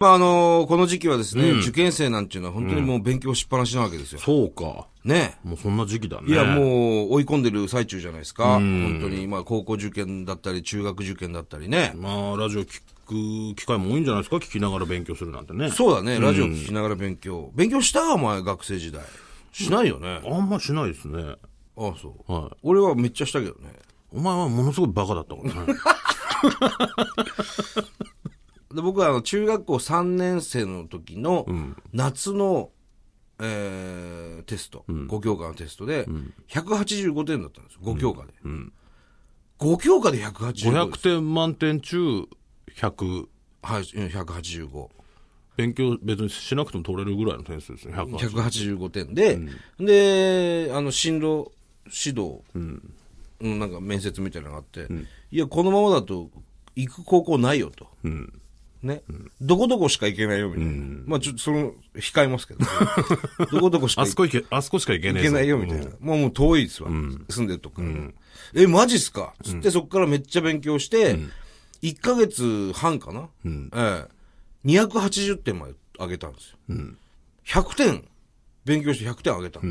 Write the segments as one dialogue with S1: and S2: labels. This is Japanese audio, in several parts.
S1: まあ、あのこの時期はですね、
S2: うん
S1: 受験生なんていうのは本当にもう勉強しっぱなしなわけですよ。
S2: そうか。
S1: ね。
S2: もうそんな時期だね。
S1: いや、もう追い込んでる最中じゃないですか。本当に、まあ、高校受験だったり、中学受験だったりね。
S2: まあ、ラジオ聞く機会も多いんじゃないですか聞きながら勉強するなんてね。
S1: そうだね、ラジオ聞きながら勉強。勉強したお前、学生時代。しないよね。
S2: あんましないですね。
S1: ああ、そう。
S2: はい。
S1: 俺はめっちゃしたけどね。
S2: お前はものすごいバカだ ったからね。
S1: で僕はあの中学校3年生の時の夏の、えーテスト、5教科のテストで、185点だったんですよ、5教科で。5教科で185
S2: 500
S1: です。
S2: 点満点中100。
S1: はい、うん185。
S2: 勉強別にしなくても取れるぐらいの点数ですね。100。
S1: 185点で、で、あの、進路指導、うん、なんか面接みたいなのがあって、いや、このままだと行く高校ないよと。
S2: うん。
S1: ね、どこどこしか行けないよみたいな。まあちょっとその、控えます けど、どこどこしか
S2: あ
S1: 行
S2: そこ行け、あそこしか行けね
S1: 行
S2: え
S1: け
S2: ぞ
S1: ないよみたいな。もうもう遠いですわ。住んでるとこからえ、マジっすかつってそっからめっちゃ勉強して、1ヶ月半かなええ。280点まで上げたんですよ。100点、勉強して100点上げた。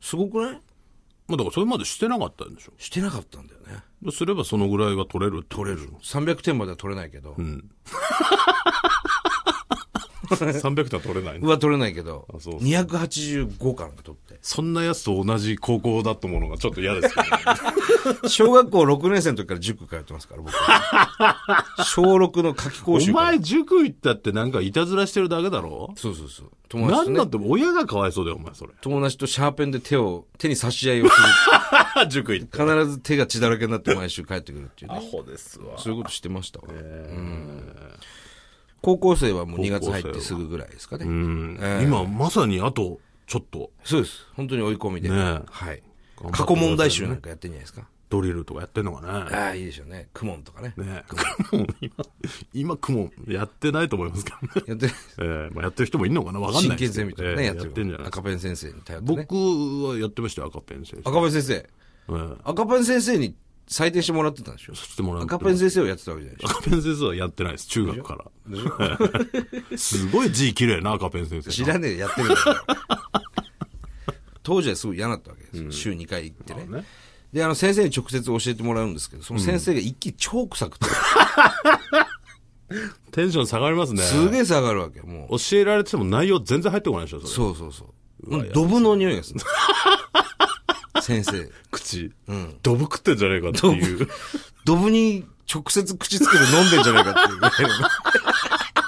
S1: すごくない
S2: まあだからそれまでしてなかったんでしょ。
S1: してなかったんだよね。
S2: すればそのぐらいは取れる。取 れる。
S1: 300点までは取れないけど。
S2: 300点は取れない、
S1: うわ、取れないけど。
S2: そうっす
S1: 285かなんか取って。
S2: そんなやつと同じ高校だったものがちょっと嫌ですけどね、
S1: 小学校6年生の時から塾通ってますから、僕 は。小6の夏期講習
S2: お
S1: から。
S2: 前塾行ったってなんかいたずらしてるだけだろ
S1: そうそうそう。友達
S2: な
S1: と
S2: ん
S1: ね
S2: だっ。て親がかわいそうだよ、お 前それ。
S1: 友達とシャーペンで手を、手に差し合いをす る。
S2: 塾行った。
S1: 必ず手が血だらけになって毎週帰ってくるっていうね。
S2: ホですわ。
S1: そういうことしてましたわ。うん高校生はもう2月入っ
S2: 高校
S1: てすぐぐらいですかね。
S2: 今まさにあと、ちょっと、
S1: そうです。本当に追い込みで。
S2: ねえ
S1: はい。
S2: 頑張ってくださ
S1: 過
S2: いね
S1: 去問題集なんかやってんじゃないですか。
S2: ドリルとかやってんのかね。
S1: ああ、いいでしょうね。クモンとかね。
S2: ねえ。もう今、今、クモやってないと思いますけ どね。
S1: やって、
S2: ええまあ、やってる人もいるのかなわかんな
S1: 真
S2: いで
S1: 剣
S2: す
S1: ゼ
S2: けど。
S1: ミとかね、
S2: ええ
S1: やって
S2: や
S1: る
S2: ってんじゃないですか。
S1: 赤ペン先生に頼ってね。
S2: 僕はやってましたよ、赤ペン先
S1: 赤
S2: 生。
S1: ペン先生。
S2: ええ
S1: 赤ペン先生に採点してもらってたんでしょ
S2: してもらって
S1: 赤ペン先生をやってたわけじゃないでしょ
S2: 赤ペン先生はやってないです、中学から。 すごい字綺麗な、赤ペン先生。
S1: 知らねえでやってるんだから当時はすごい嫌だったわけですよ、週2回行ってね
S2: ね
S1: であの先生に直接教えてもらうんですけどその先生が一気に超臭くて、
S2: テンション下がりますね。
S1: すげえ下がるわけもう
S2: 教えられてても内容全然入ってこないでしょ、それ。
S1: そうそうそうもうドブの匂いがする先生
S2: 口。ドブ食ってんじゃねえかっていう。
S1: ドブに直接口つけて飲んでんじゃないかっていうぐらいの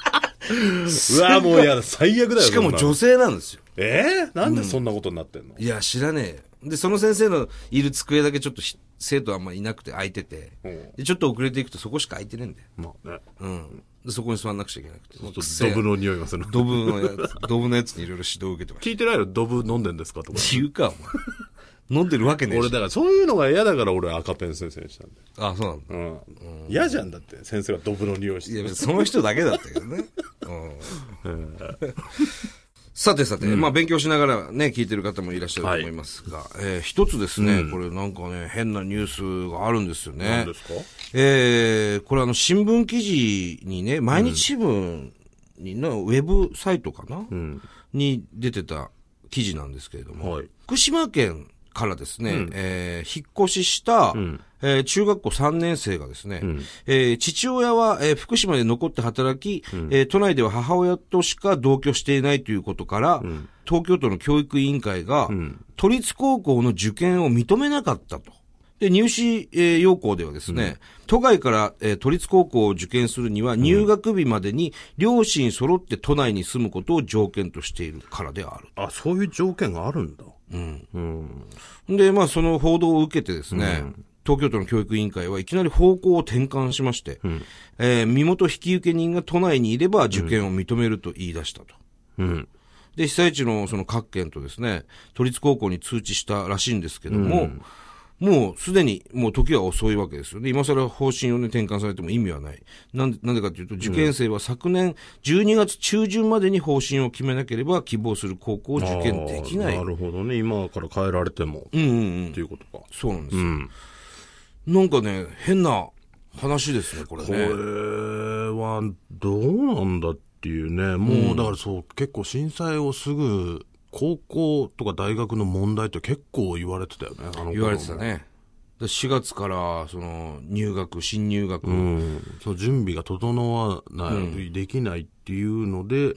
S2: うわ、もうやだ、最悪だ よ。
S1: しかも
S2: そんなの
S1: 女性なんですよ
S2: ええなんでそんなことになってんの
S1: いや知らねえよでその先生のいる机だけちょっとひ生徒あんまいなくて空いてて
S2: うん
S1: でちょっと遅れていくとそこしか空いてねえんだよ
S2: まあね。
S1: うん。で、そこに座んなくちゃいけなくて。もうくせえ
S2: ドブの匂いがする。
S1: ドブのやつ、 ドブのやつにいろいろ指導を受けてまし
S2: 聞いてないのドブ飲んでんですかとか
S1: た。。っていうか、お前。飲んでるわけねえ
S2: 俺
S1: し。
S2: だからそういうのが嫌だから俺赤ペン先生にしたんだ
S1: あ、そうなんだ。
S2: よ。うん。嫌じゃんだって、先生がドブの匂いし
S1: い
S2: て。
S1: や、別にその人だけだったけどね。うん。さてさて、まあ勉強しながらね、聞いてる方もいらっしゃると思いますが、えー一つですね、これなんかね、変なニュースがあるんですよね。
S2: 何ですか
S1: えーこれあの新聞記事にね、毎日新聞にの、ウェブサイトかな、に出てた記事なんですけれども、
S2: はい
S1: 福島県からですね、えー引っ越しした、えー中学校3年生がですね、えー父親は、えー福島で残って働き、えー都内では母親としか同居していないということから、東京都の教育委員会が、都立高校の受験を認めなかったと。で、入試、えー要項ではですね、都外から、えー都立高校を受験するには、入学日までに両親揃って都内に住むことを条件としているからである。
S2: あ、そういう条件があるんだ。
S1: で、まあ、その報道を受けてですね、東京都の教育委員会はいきなり方向を転換しまして、えー身元引受人が都内にいれば受験を認めると言い出したと。
S2: うん。
S1: で、被災地のその各県とですね、都立高校に通知したらしいんですけども、もうすでにもう時は遅いわけですよね。今更方針をね転換されても意味はない。なんで、なんでかというと、受験生は昨年12月中旬までに方針を決めなければ希望する高校を受験できない。
S2: あーなるほどね。今から変えられても。
S1: うんうんう
S2: っ
S1: ん。
S2: ていうことか。
S1: そうなんですよ。なんかね、変な話ですね、これ
S2: これ
S1: ね。
S2: は、どうなんだっていうね、もうだからそう、結構震災をすぐ、高校とか大学の問題って結構言われてたよね、あの頃も
S1: 言われてた。ね。で4月から、その、入学、新入学、
S2: うん、そう準備が整わない、できないっていうので、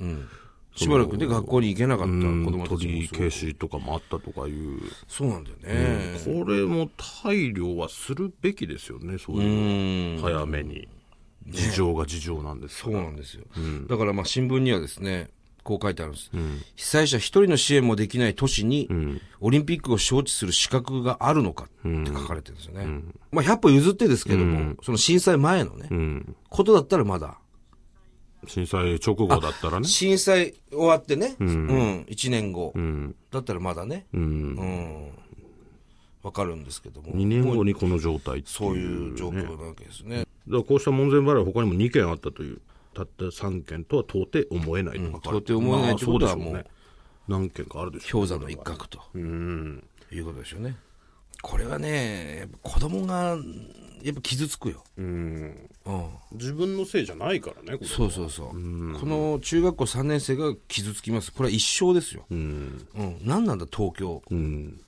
S1: しばらくで学校に行けなかった子
S2: うん
S1: 供たち
S2: 取
S1: も
S2: り
S1: そう
S2: 消しとかもあったとかいう、
S1: そうなんだよね。
S2: これも配慮はするべきですよね、そう
S1: う
S2: いう、
S1: ん。
S2: 早めに、事情が事情なんですか
S1: そう
S2: ら
S1: なんですよ。だからまあ新聞にはですね、こう書いてあるんです。被災者一人の支援もできない都市に、オリンピックを招致する資格があるのかって書かれてるんですよね。まあ100歩譲ってですけども、その震災前のね、
S2: うん、
S1: ことだったらまだ、
S2: 震災直後だったらね、
S1: 震災終わってね、うん、一1年後、
S2: うん
S1: だったらまだね、
S2: うん、
S1: うん、わかるんですけども、
S2: 2年後にこの状態っていう
S1: そういう状況なわけですね。
S2: だからこうした門前払いは他にも2件あったという、たった3件とは到底思えないと書かれてる
S1: うん到底思えないってことはもう
S2: まあそでしょうね何件かあるでしょう。
S1: 氷山の一角と
S2: うん。
S1: いうことでしょうね。これはね、やっぱ子供が、やっぱ傷つくよ。
S2: うん。
S1: うん。
S2: 自分のせいじゃないからね、これ
S1: そうそうそう。この中学校3年生が傷つきます。これは一生ですよ。
S2: うん。
S1: うん。何なんだ東京っ
S2: うん。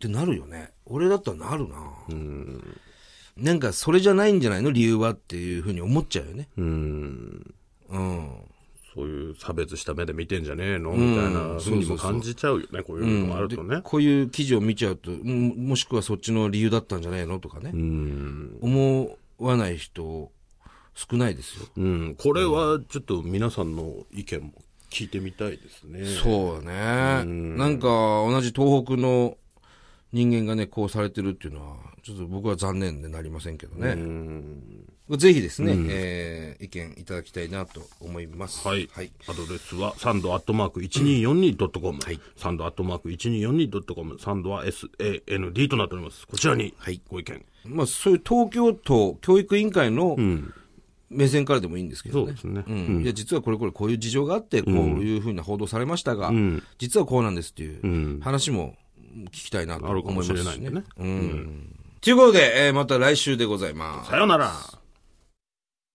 S1: てなるよね。俺だったらなるな。
S2: うん。
S1: なんかそれじゃないんじゃないの理由はっていうふうに思っちゃうよね。
S2: うん。
S1: うん。
S2: そういう差別した目で見てんじゃねえのみたいなふうにも感じちゃうよね、こういうのがあるとね。
S1: こういう記事を見ちゃうと、うんもしくはそっちの理由だったんじゃないのとかね
S2: う。ん。
S1: 思わない人、少ないですよ。
S2: うん。これはちょっと皆さんの意見も聞いてみたいですね。
S1: そうだね。なんか、同じ東北の人間がね、こうされてるっていうのは、ちょっと僕は残念でなりませんけど
S2: う
S1: ね。
S2: ん。
S1: ぜひですね、えー意見いただきたいなと思います。
S2: はい。アドレスは、サンドアットマーク 1242.com。サンドアットマーク 1242.com。サンドは SAND となっております。こちらに、ご意見。
S1: まあ、そういう東京都教育委員会の目線からでもいいんですけどね。
S2: そうですね
S1: うんいや、実はこれこれこういう事情があって、こういうふうな報道されましたが、
S2: ん
S1: 実はこうなんですっていうう話も聞きたいなと
S2: あるか
S1: 思
S2: も
S1: い
S2: し
S1: ま
S2: れ
S1: す
S2: ないん
S1: し
S2: で
S1: ね
S2: ね。。
S1: うん。ということで、えーまた来週でございます
S2: さ。ようなら。